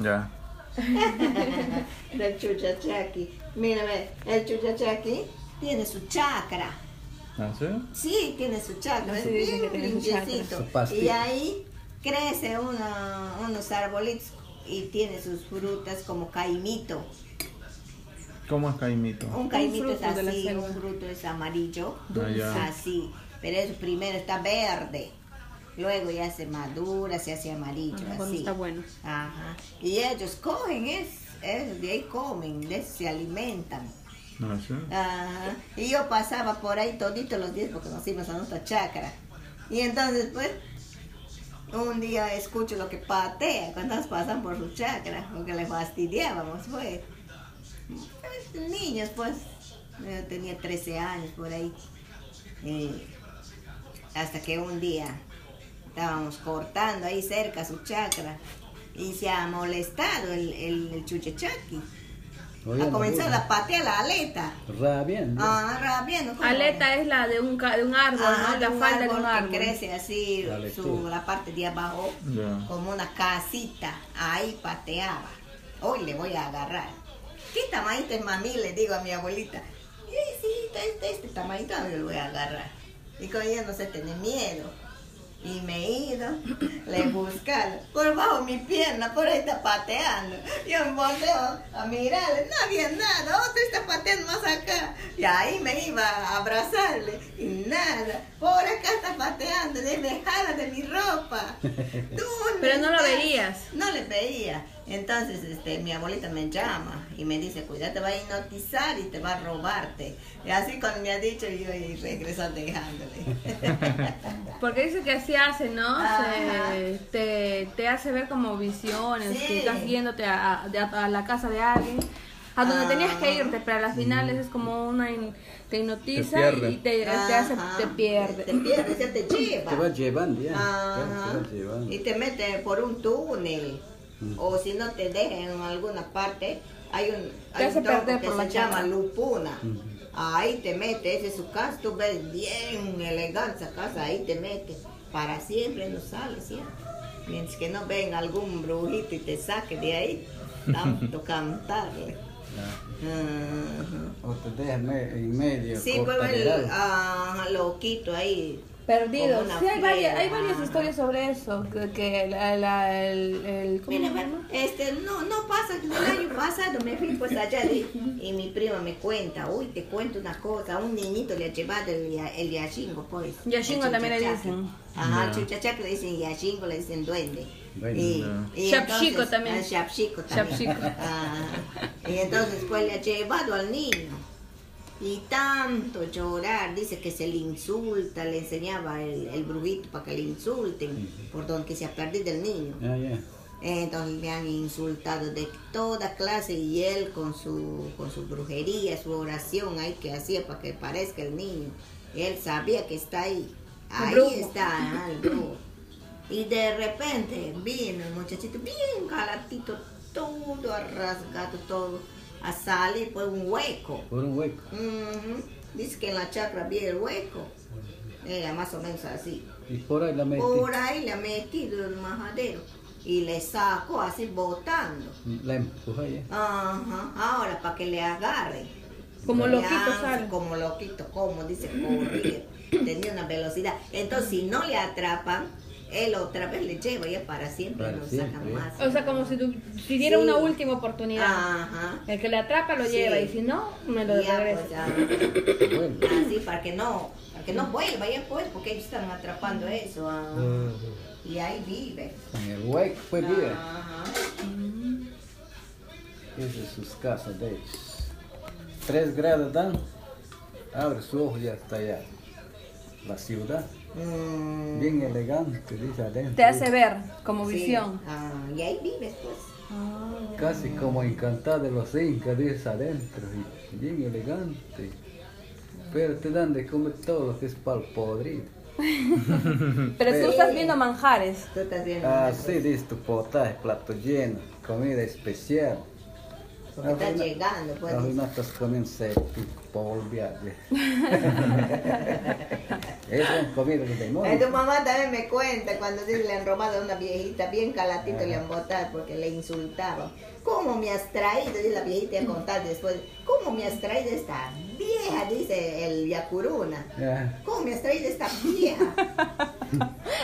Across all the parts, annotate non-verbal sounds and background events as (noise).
Ya. del chuchachaki. Mírame, el chuchachaki tiene su chakra. ¿Ah, sí? Sí, tiene su chakra, Sí, es dicen bien que tiene su chakra. limpiecito. Su pastilla. Y ahí crece una- unos arbolitos y tiene sus frutas como caimito. ¿Cómo es Caimito? Un caimito es fruto de la así, selva. un fruto es amarillo, Ah, ya. así. Pero eso primero está verde, luego ya se madura, se hace amarillo, Ajá, Ah, cuando así. está bueno. Ajá. Y ellos cogen es, es de ahí comen, de eso se alimentan. ¿Ah, sí? Ajá. Y yo pasaba por ahí todito los días porque nos íbamos a nuestra chacra. Y entonces, pues, un día escucho lo que patea cuando nos pasan por su chacra, porque le fastidiábamos, pues. Pues, Niños, pues, yo tenía 13 años por ahí. Y hasta que un día estábamos cortando ahí cerca su chacra y se ha molestado el, el, el chuchechaki. Oye, Ha comenzado la a patear la aleta. Rabiando. Ah, rabiando. ¿cómo? Aleta es la de un, ca- de un árbol, Ah, ¿no? La un falda de árbol un que árbol. crece así, La su- lechuga. la parte de abajo, Ya. como una casita, ahí pateaba. Hoy le voy a agarrar. ¿Qué tamañito es mami? Le digo a mi abuelita. Y sí, este, este tamañito a mí lo voy a agarrar. Y con ella no se tiene miedo. Y me he ido, le he buscado, por bajo mi pierna, por ahí está pateando. Yo me volteo a mirarle, no había nada, otro está pateando más acá. Y ahí me iba a abrazarle, y nada, por acá está pateando, le dejaba de mi ropa. ¿Dónde Pero no lo está? veías. No le veía. Entonces este, mi abuelita me llama y me dice, cuidado, te va a hipnotizar y te va a robarte. Y así cuando me ha dicho, yo y regreso dejándole. Porque dice que así hace, ¿no? Ajá. Se- te, te hace ver como visiones, Sí. que estás yéndote a, a- de- a la casa de alguien, a donde Ah. tenías que irte, pero a las finales es como una... in- te hipnotiza Te pierde. y te, te hace, Ajá. te pierde. Te pierde, se te lleva. Te va llevando ya. Ajá. Te va Mm. llevando. Y te mete por un túnel. O si no te deja en alguna parte, hay un, hay hace un tronco perder que por se la llama chapa. lupuna. Mm. Ahí te mete, ese es su casa, tú ves bien elegante esa casa, ahí te mete. Para siempre no sales ya. Mientras que no ven algún brujito y te saque de ahí, tanto (laughs) cantarle. Ya. Ajá. O te deja me- en medio. Sí, corta pues de el lado. ah, loquito ahí. Como Perdidos. una Sí, hay varias, fiera. hay varias historias sobre eso. Que, que la- la- el, el- ¿cómo Mira, se ver, llama? este, no, no pasa, que el año pasado me fui pues allá de- y mi prima me cuenta, uy, te cuento una cosa, un niñito le ha llevado el, ya- el yachingo, pues. Yachingo el también le chuchachaque. dicen. Ajá, Ya. chuchachaque le dicen yachingo, le dicen duende. Duende. Y, Ya. y Shapshiko entonces- también. ah, Shapshiko también. Shapshiko. Ah, y entonces pues le ha llevado al niño. Y tanto llorar, dice que se le insulta, le enseñaba el, el brujito para que le insulten, por donde que se ha perdido el niño. Ya, ya. Entonces le han insultado de toda clase y él con su, con su brujería, su oración ahí que hacía para que parezca el niño. Él sabía que está ahí. El Ahí brujo. está el brujo. Y de repente vino el muchachito bien galatito, todo rasgado, todo, a salir por un hueco. Por un hueco. Ujú. Dice que en la chacra había el hueco. Era más o menos así. Y por ahí la metí. Por ahí le ha metido el majadero y le sacó así botando. La empuja ya. Ajá, ahora para que le agarre. Como Le loquito han- sale. Como loquito, como dice, corría. Tenía una velocidad. Entonces, si no le atrapan, él otra vez le lleva ya para siempre, Para no siempre. sacan más. O sea, como si, tu, si diera Sí. una última oportunidad. Ajá. El que le atrapa lo Sí. lleva y si no, me lo Ya, regresa. pues, ya. Vuelve. Así, para que no, para que no vuelva ya pues, porque ellos están atrapando eso. ah. Y ahí vive. En el hueco pues, fue Ah. bien. Ajá. Esas sus casas de ellos. Tres grados dan. Abre su ojo y ya está allá. La ciudad. Mm. Bien elegante, dice adentro. Te hace ver como Sí. visión. Ah, y ahí vives, pues. Ah. Casi como encantada de los incas, dice adentro. y bien elegante. Pero te dan de comer todo lo que es pal podrido. Pero tú Sí. estás viendo manjares. Ah, Tú estás pues. viendo. Así dice tu potaje, plato lleno, comida especial. Porque está Arruina- llegando, pues. Arruinatas ponen séptico, (laughs) polviaje. Eso han comido los Ay, demonios. tu mamá también me cuenta cuando sí le han robado a una viejita, bien calatito le han botado porque le insultaban. ¿Cómo me has traído? Dice la viejita a contar después. ¿Cómo me has traído esta vieja? Dice el Yacuruna. Ya. ¿Cómo me has traído esta vieja?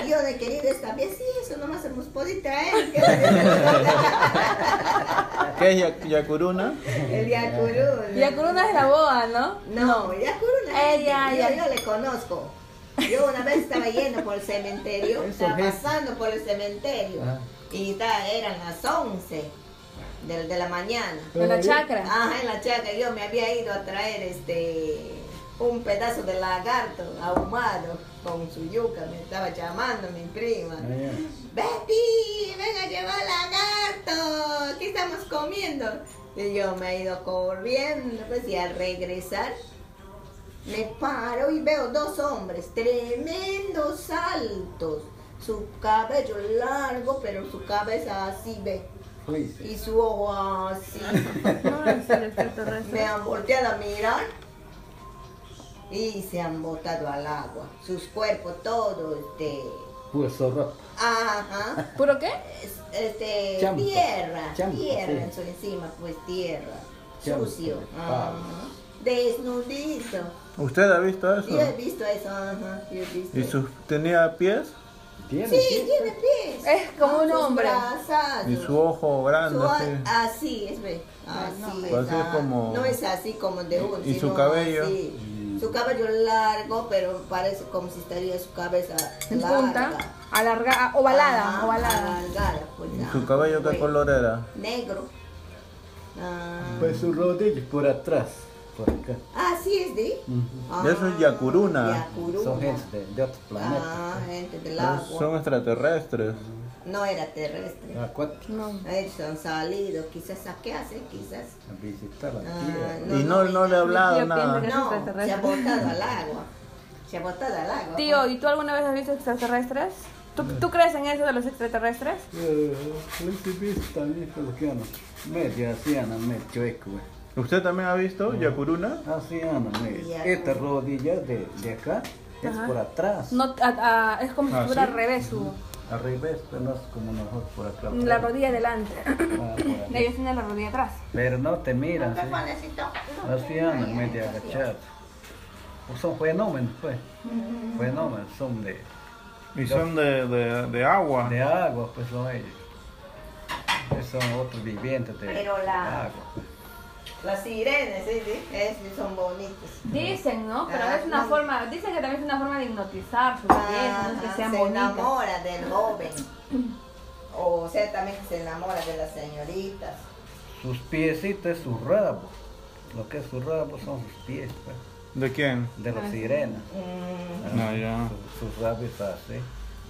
Yo de querido esta vieja, sí, eso nomás hemos podido traer. (laughs) ¿Qué es ya- Yacuruna? El Yacuruna. Y la corona es la boa, ¿no? No, Yacuruna. Eh, ya, yo, ya. yo le conozco. Yo una vez estaba yendo por el cementerio, (laughs) Eso estaba es. Ah. pasando por el cementerio. Ajá. Y ta- eran las 11 de, de la mañana. En la chacra. Ajá, en la chaca yo me había ido a traer este un pedazo de lagarto ahumado con su yuca. Me estaba llamando mi prima. Ah, ya. Betty, ven a llevar lagarto, ¿qué estamos comiendo? Y yo me he ido corriendo, pues y al regresar me paro y veo dos hombres, tremendos saltos, su cabello largo, pero su cabeza así ve, Uy, y su ojo así. No, es el Me extraterrestre. han volteado a mirar y se han botado al agua, sus cuerpos todos, este, Puro zorro. ajá. ¿Puro qué? Es- este, Champa. tierra, Champa, tierra sí. en su encima, pues tierra, Champa, sucio, ah. ajá. desnudito. ¿Usted ha visto eso? Yo he visto eso, ajá, yo he visto. ¿Y eso. sus- tenía pies? ¿Tiene? Sí, tiene pies. Es como Con un sus hombre. brazos. ¿Y su ojo grande? Su a- así? así es, ve. Así no, es. Pues es ah, como- No es así como de uno. ¿Y su sino cabello? así. Su cabello largo, pero parece como si estaría su cabeza En larga. punta, alargada, ovalada, Ajá, ovalada. alargada, pues, ¿Y ah, su cabello qué güey. color era? Negro. Ah, Pues su rodillo por atrás, por acá. así es, ¿de? Ujú. Ah, Eso es Yacuruna. Yacuruna. Son gente de, de otro planeta. Ah, gente del Esos agua. Son extraterrestres. No era terrestre. Ah. Acuáticos, No. Ellos han salido, quizás a qué hacen, quizás. a visitar la Ah, tierra. No, y no, no, no le he yo hablado pienso nada. Pero que- No, es extraterrestre. se ha botado (laughs) al agua. Se ha botado al agua. pues. Tío, ¿y tú alguna vez has visto extraterrestres? ¿Tú, tú crees en eso de los extraterrestres? Eh, Los he visto también, pero que andan medio asiana, medio chueco, güey. ¿Usted también ha visto Yacuruna? Asiana, medio. Ya. Esta rodilla de, de acá es Ajá. por atrás. No, a- a- es como si Ah, estuviera ¿sí? al revés su, Al revés, pero no es como nosotros por acá. por la acá. rodilla (coughs) delante. Ah, por acá. Ellos tienen la rodilla atrás. Pero no te miran, ¿Qué sí. panecito? No, Así andan medio agachados. Pues Son fenómenos, pues. Fenómenos, son de, Y son de, de, de agua. de agua, pues son ellos. Pues Son otros vivientes de Pero la- agua. Las sirenas, sí, sí. Esos son bonitos. Dicen, ¿no? Pero Ah, es una no. forma, dicen que también es una forma de hipnotizar su belleza, no es Ah, Ajá, que sean se bonitas. enamora del joven. O sea, también se enamora de las señoritas. Sus piecitos es su rabo. Lo que es su rabo son sus pies, pues. ¿De quién? De las sirenas. Mm, No, Ah, ya. Su- Sus rabios así.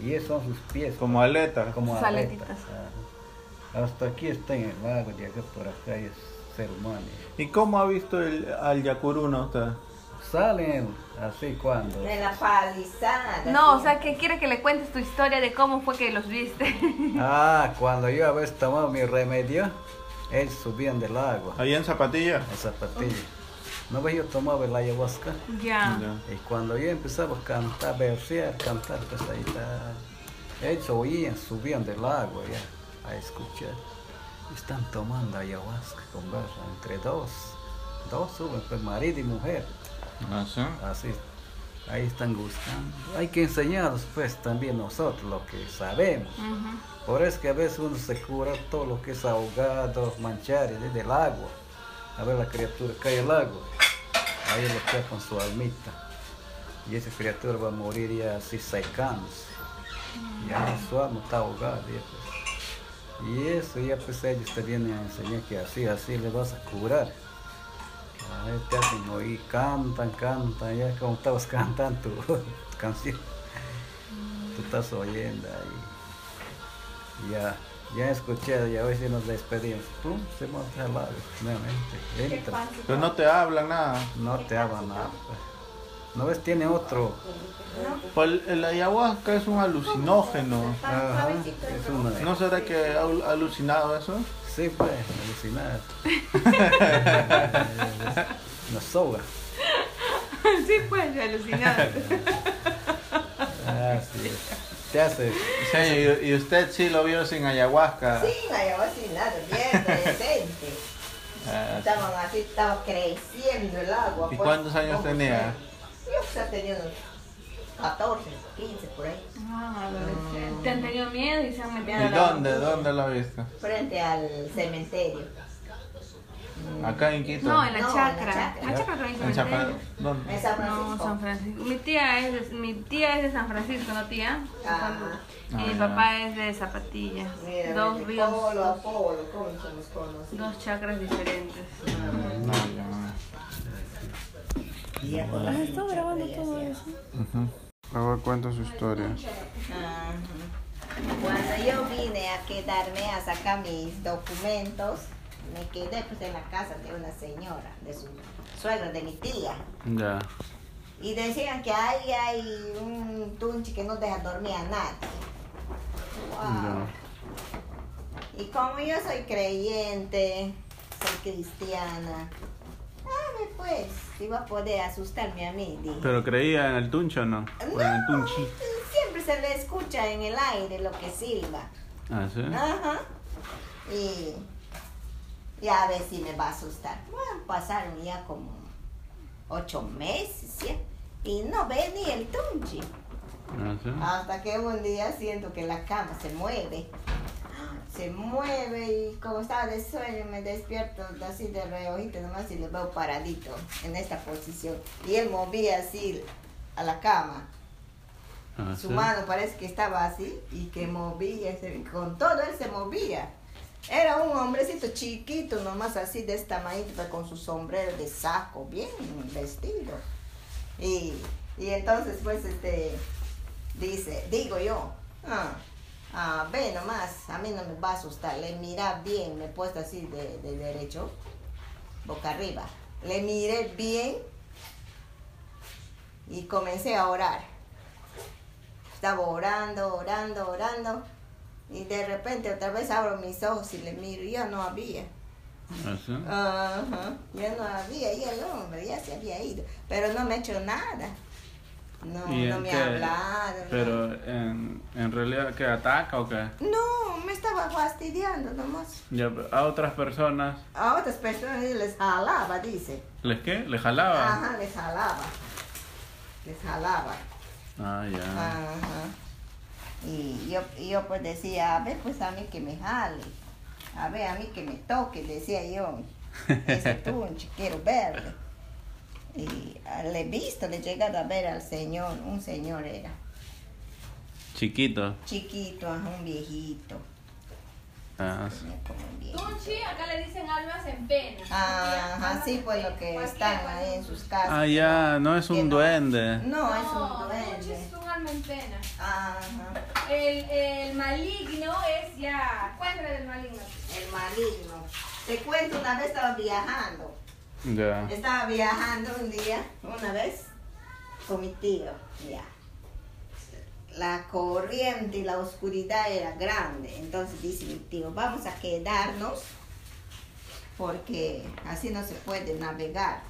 Y esos son sus pies. pues, Como aletas. como Sus aletas. aletitas. ajá. Hasta aquí está en el lago, y acá por acá es ser humano. ¿Y cómo ha visto el, al Yacuruna usted? Salen así (laughs) cuando. de la palizada. No, o sí. sea, que quiere que le cuentes tu historia de cómo fue que los (laughs) viste. Ah, cuando yo había tomado mi remedio, ellos subían del agua, ¿Ahí en zapatillas? a zapatilla. ¿No ves? Yo tomaba el ayahuasca. ya. Ya. Y cuando yo empezaba a cantar, versear, cantar, pues ahí está. Ellos oían, subían del agua ya, a escuchar. Están tomando ayahuasca, conversan entre dos. Dos suben, pues marido y mujer. Ah, sí. Así, ahí están gustando. Hay que enseñarlos, pues, también nosotros lo que sabemos. Ujú. (laughs) Por eso que a veces uno se cura todo lo que es ahogado, manchares desde el agua. A ver la criatura cae al agua. Ahí lo queda con su almita. Y esa criatura va a morir ya así secándose. Ya su alma está ahogada. ya, pues. Y eso ya pues ellos te vienen a enseñar que así, así le vas a curar. Ahí te hacen oír, cantan, cantan, ya como estabas (laughs) cantando tu canción. Tú estás oyendo ahí. Ya, ya escuché, ya hoy sí nos despedimos. Pum, se monta al lado nuevamente. Entra. Pero no te hablan nada. No te hagan nada. pues. ¿No ves? Tiene otro. Pues el ayahuasca es un alucinógeno. Ajá, es una- ¿No será que ha al- alucinado eso? Sí, pues, alucinada. Una soga. sí, pues, (laughs) alucinado. Ah, sí. Te hace. Sí, y, y usted sí lo vio sin ayahuasca. Sí, la llevó sin nada, (laughs) bien adolescente. Ah, Estaban así, estaba creciendo el agua. pues, ¿Y cuántos años ¿Cómo tenía? fue? Yo pues tenía unos 14, 15 por ahí. Ah, adolescente. Te han tenido miedo y se han metido ¿Y al agua. dónde? ¿Dónde lo ha visto? Frente al cementerio. Mm. Acá en Quito. No, en la No, en la chacra. chacra. La chacra también se En metió. Chapal. ¿Dónde? En San Francisco. No, San Francisco. Mi tía es de, mi tía es de San Francisco, ¿no tía? Ah. Y Ah, mi ya. papá es de Zapatilla. Mira, dos mira, ríos, Polo a dos, polo, ¿cómo somos conocidos? dos chacras diferentes. No, ya. Ya Ah, conocí Estaba mucha grabando playa, todo sí. eso. Luego cuento su historia. Ajá. Cuando yo vine a quedarme a sacar mis documentos, me quedé pues en la casa de una señora, de su suegra, de mi tía. Ya. Y decían que ahí hay un tunchi que no deja dormir a nadie. Wow. Y como yo soy creyente, soy cristiana, ver pues, iba a poder asustarme a mí. dije. ¿Pero creía en el tuncho o no? ¿O en el No, tunchi? siempre se le escucha en el aire lo que silba. Ah, sí. Ajá. Y, y a ver si me va a asustar. Bueno, pasaron ya como ocho meses ya, y no ve ni el tunchi. Ah, sí. Hasta que un día siento que la cama se mueve. Se mueve y como estaba de sueño me despierto así de reojito nomás y lo veo paradito en esta posición. Y él movía así a la cama. Ah, Su sí. mano parece que estaba así y que movía, se- con todo él se movía. Era un hombrecito chiquito, nomás así de esta manito, pero con su sombrero de saco, bien vestido. Y, y entonces, pues, este, dice, digo yo, ah, ah, ve nomás, a mí no me va a asustar, le mira bien, me he puesto así de, de derecho, boca arriba. Le miré bien y comencé a orar. Estaba orando, orando, orando. Y de repente otra vez abro mis ojos y le miro, y ya no había. Ah, sí. Ajá, ya no había, y el hombre ya se había ido. Pero no me ha hecho nada. No, ¿Y no en me qué? ha hablado. no. Pero en, en realidad, ¿qué ataca o qué? No, me estaba fastidiando nomás. Ya, a otras personas, A otras personas les jalaba, dice. ¿les qué? ¿Les jalaba? Ajá, les jalaba. Les jalaba. Ah, ya. Ajá. Y yo, y yo pues decía, a ver, pues a mí que me jale, a ver, a mí que me toque, decía (laughs) yo, ese tunche, quiero verle. Y ah, le he visto, le he llegado a ver al señor, un señor era, Chiquito. chiquito, ajá, un viejito. Ah, sí. tenía como un viejito. Tunchi, acá le dicen almas en pena. Ajá, sí, pues lo que están ahí en sus casas. Ah, ya, no es Que un no. duende. No, es un No, Tunchi duende. es un alma en pena. Ajá, El, el maligno es ya. ¿Cuál era el maligno? el maligno. Te cuento, una vez estaba viajando. Ya. Estaba viajando un día, una vez, con mi tío, ya. La corriente y la oscuridad era grande, entonces dice mi tío, vamos a quedarnos porque así no se puede navegar.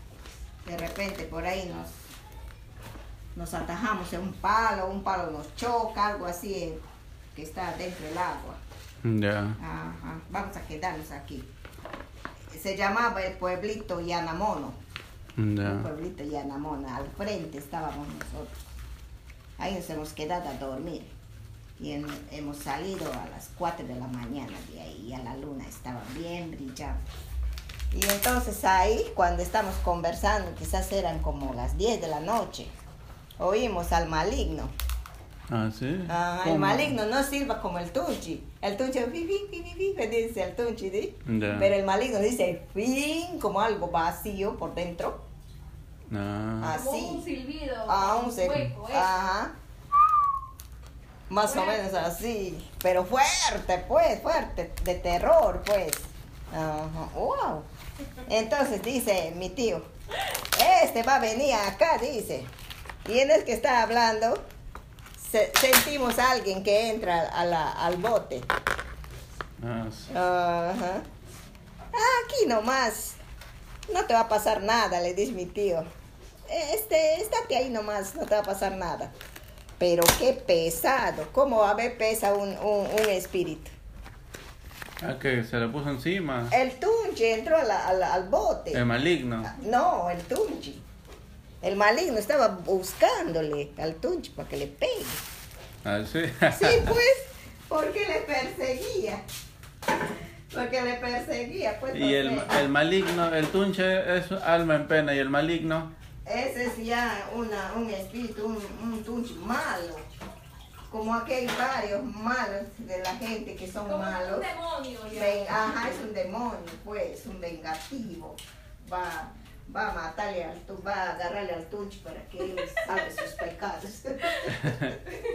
De repente por ahí nos, nos atajamos en un palo, un palo nos choca, algo así eh, que está dentro del agua. Ya. Ajá, vamos a quedarnos aquí. Se llamaba el pueblito Yanamono un Ya. pueblito Yanamona, al frente estábamos nosotros. Ahí nos hemos quedado a dormir. Y en- hemos salido a las 4 de la mañana de ahí, y a la luna estaba bien brillando. Y entonces ahí, cuando estamos conversando, quizás eran como las 10 de la noche, oímos al maligno. Ah, sí. Ah, el ¿Cómo? maligno no silba como el tunchi. El tunchi, vi, vi, vi, vi, vi, me dice el tunchi, ¿sí? Ya. Pero el maligno dice, fin, como algo vacío por dentro. Ah. Como un Así. silbido. Ah, como un Ah, se- hueco, ¿eh? Ajá. Más o menos así. Pero fuerte, pues, fuerte. De terror, pues. Ajá. Wow. Entonces dice mi tío, este va a venir acá, dice. Y en el que está hablando, se- sentimos a alguien que entra a la- al bote. Ah, sí. Ajá. Ah, Aquí nomás. No te va a pasar nada, le dice mi tío. Este, estate ahí nomás, no te va a pasar nada. Pero qué pesado. ¿Cómo a ver pesa un, un, un espíritu? Ah, que se le puso encima. El tunche entró a la- a la- al bote. El maligno. No, el tunchi. El maligno estaba buscándole al tunchi para que le pegue. Ah, sí. (laughs) Sí, pues, porque le perseguía. Porque le perseguía, pues. Y el, porque el maligno, el tunche es alma en pena y el maligno. Ese es ya una, un espíritu, un, un tunchi malo. Como aquí hay varios malos de la gente que son Como un malos. demonio ya. Ven- ajá, es un demonio, pues, un vengativo. Va, va a matarle al tu, va a agarrarle al tunchi para que él salve sus pecados.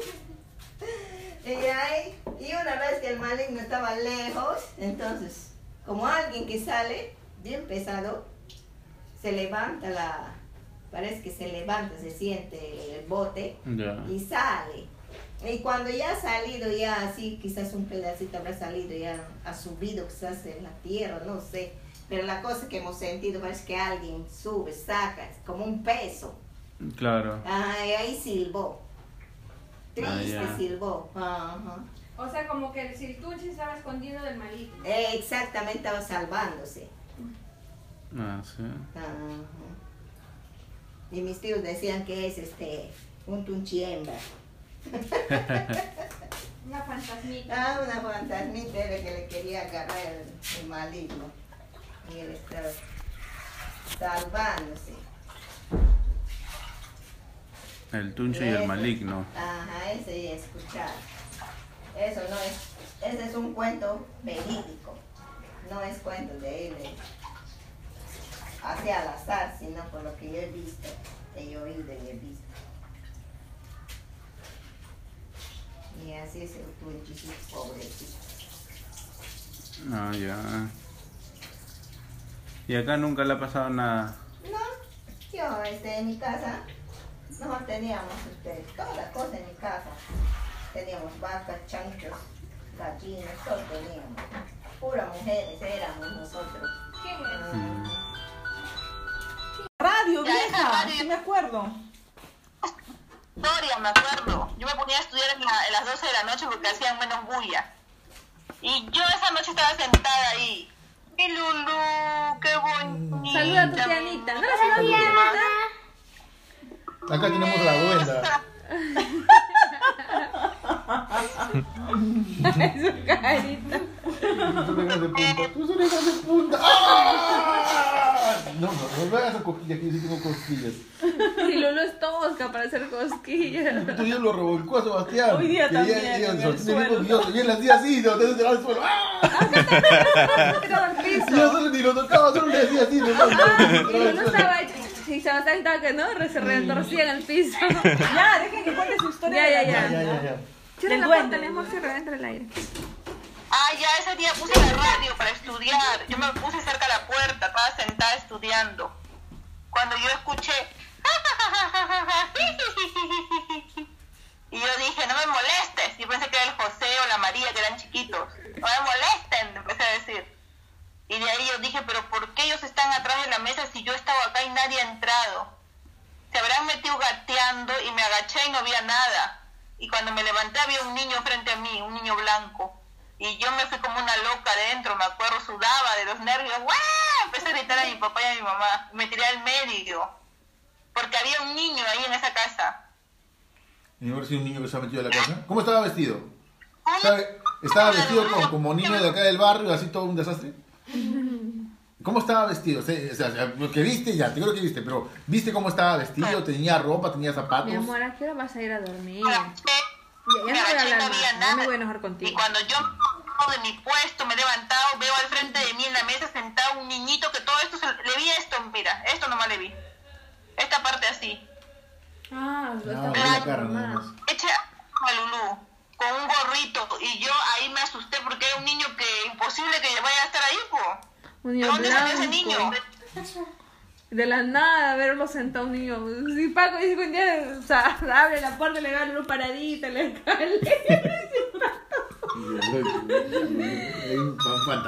(laughs) y ahí, y una vez que el maligno estaba lejos, entonces, como alguien que sale bien pesado, se levanta la, parece que se levanta, se siente el bote Ya. y sale. Y cuando ya ha salido, ya así, quizás un pedacito habrá salido, ya ha subido quizás en la tierra, no sé. Pero la cosa que hemos sentido es que alguien sube, saca, es como un peso. Claro. Ajá, y ahí silbó. Triste Ah, ya. silbó. Ajá. O sea, como que el siltuche estaba escondido del maligno. Eh, exactamente, estaba salvándose. Ah, sí. Ajá. Y mis tíos decían que es este, un tunchiembra. (laughs) Una fantasmita. Ah, una fantasmita era que le quería agarrar el, el maligno. Y él estaba salvándose. El tunche y el Ese. maligno. Ajá, ese ya escuchar. Eso no es, ese es un cuento verídico. No es cuento de él eh, hacia al azar, sino por lo que yo he visto, que yo he oído y he visto. Y así es el tunchito pobrecito. Ah, ya. Y acá nunca le ha pasado nada. No, yo este, en mi casa, nosotros teníamos este, toda la cosa en mi casa. Teníamos vacas, chanchos, gallinas, todo teníamos. Puras mujeres éramos nosotros. ¿Quién es? Mm. Radio, Ya, vieja, radio. sí me acuerdo. historia, me acuerdo. Yo me ponía a estudiar en la- a las 12 de la noche porque hacían menos bulla. Y yo esa noche estaba sentada ahí. ¡Qué Lulu! ¡Qué bonita! Saluda a tu tía Anita. ¿No la saludas a tu tía Anita? Acá tenemos la duenda. Su carita. Tus orejas de punta. Tus orejas de punta. ¡Ah! No, no, no me hagas a cosquillas, que yo sí tengo cosquillas. Si Lulu es tosca para hacer cosquillas. Tú ya lo revolcó a Sebastián. Hoy día que ya- también, ya en se el tiene bien suelo. cosquilloso, Y él hacía así, no, te tiraba al suelo. ¡Ah! Estaba al Y piso. yo solo ni lo tocaba, solo le hacía así. No, no, no, Y Lulu estaba hecho. Si Sebastián estaba que no, re- se retorcía en el piso. Ya, dejen que cuente su historia. Ya, de ya, la Ya, ya, niña. ya, ya. Cierra Del la duende. puerta, mi amor, cierra, entra el aire. Ah, ya ese día puse la radio para estudiar. Yo me puse cerca de la puerta, estaba sentada estudiando. Cuando yo escuché. (laughs) Y yo dije, no me molestes. Yo pensé que era el José o la María, que eran chiquitos. No me molesten, empecé a decir. Y de ahí yo dije, pero ¿por qué ellos están atrás de la mesa si yo he estado acá y nadie ha entrado? Se habrán metido gateando y me agaché y no había nada. Y cuando me levanté había un niño frente a mí, un niño blanco. Y yo me fui como una loca adentro, me acuerdo, sudaba de los nervios. ¡Guau! Empecé a gritar a mi papá y a mi mamá. Me tiré al medio. Porque había un niño ahí en esa casa. Y a ver si un niño que se ha metido a la casa. ¿Cómo estaba vestido? Un- ¿Estaba, estaba vestido como, como niño de acá del barrio, así todo un desastre? ¿Cómo estaba vestido? O sea, o sea, lo que viste ya, te creo que viste, pero ¿viste cómo estaba vestido? ¿Tenía ropa? ¿Tenía Mi zapatos? amor, ¿a qué hora vas a ir a dormir? Me Ya, ya agaché, me no voy a agaché y no hablar había más, nada. ya me voy a enojar contigo. Y cuando yo de mi puesto me he levantado, veo al frente de mí en la mesa sentado un niñito que todo esto, se- le vi esto, mira, esto nomás le vi. Esta parte así. Ah, lo Ah, está vi la mal, cara nada mamá. más. echa a Lulú con un gorrito y yo ahí me asusté porque era un niño que imposible que vaya a estar ahí, po. Un ¿De niño dónde salió ese blanco. niño? pues, De la nada verlo sentado un niño. Si Paco dice que un día, o sea, (laughs) abre la puerta, le gana una paradita, (laughs) le gana. Un fan- fantasma.